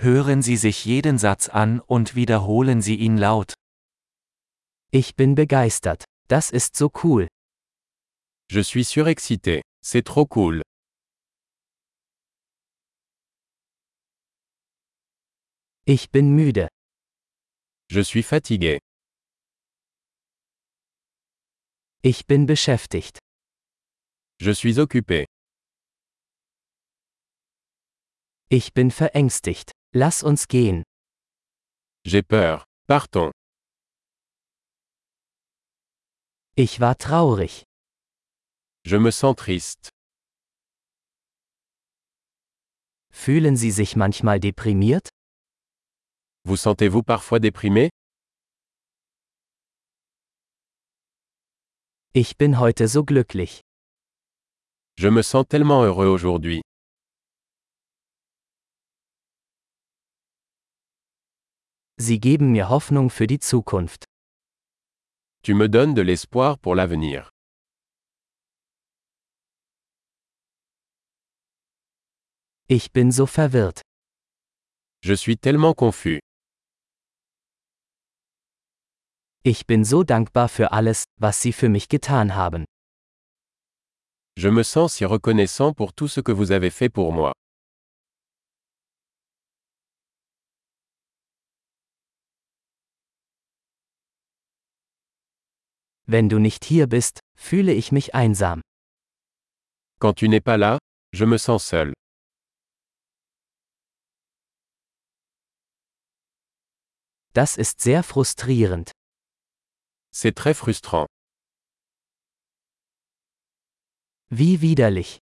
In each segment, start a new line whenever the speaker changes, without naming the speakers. Hören Sie sich jeden Satz an und wiederholen Sie ihn laut.
Ich bin begeistert. Das ist so cool.
Je suis surexcité. C'est trop cool.
Ich bin müde.
Je suis fatigué.
Ich bin beschäftigt.
Je suis occupé.
Ich bin verängstigt. Lass uns gehen.
J'ai peur. Partons.
Ich war traurig.
Je me sens triste.
Fühlen Sie sich manchmal deprimiert?
Vous sentez-vous parfois déprimé
Ich bin heute so glücklich.
Je me sens tellement heureux aujourd'hui.
Sie geben mir Hoffnung für die Zukunft.
Tu me donnes de l'espoir pour l'avenir.
Ich bin so verwirrt.
Je suis tellement confus.
Ich bin so dankbar für alles, was Sie für mich getan haben.
Je me sens si reconnaissant pour tout ce que vous avez fait pour moi.
Wenn du nicht hier bist, fühle ich mich einsam.
Quand tu n'es pas là, je me sens seul.
Das ist sehr frustrierend.
C'est très frustrant.
Wie widerlich.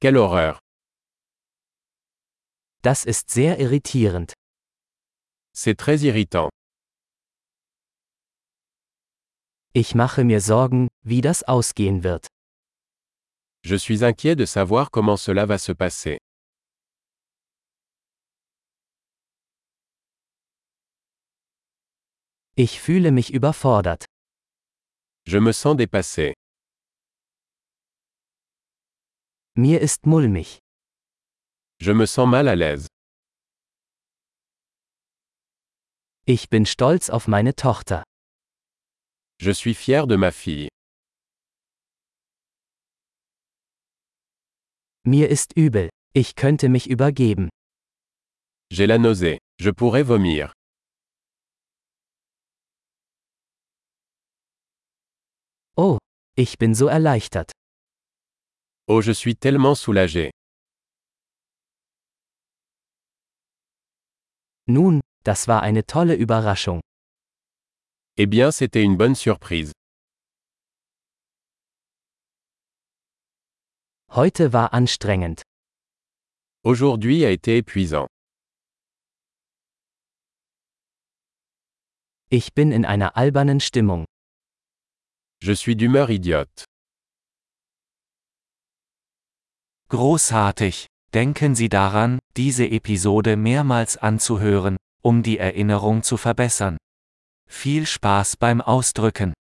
Quelle horreur.
Das ist sehr irritierend.
C'est très irritant.
Ich mache mir Sorgen, wie das ausgehen wird.
Je suis inquiet de savoir comment cela va se passer.
Ich fühle mich überfordert.
Je me sens dépassé.
Mir ist mulmig.
Je me sens mal à l'aise.
Ich bin stolz auf meine Tochter.
Je suis fier de ma fille.
Mir ist übel. Ich könnte mich übergeben.
J'ai la nausée. Je pourrais vomir.
Oh, ich bin so erleichtert.
Oh, je suis tellement soulagé.
Nun, das war eine tolle Überraschung.
Eh bien, c'était une bonne surprise.
Heute war anstrengend.
Aujourd'hui a été épuisant.
Ich bin in einer albernen Stimmung.
Je suis d'humeur idiote.
Großartig! Denken Sie daran, diese Episode mehrmals anzuhören, um die Erinnerung zu verbessern. Viel Spaß beim Ausdrücken!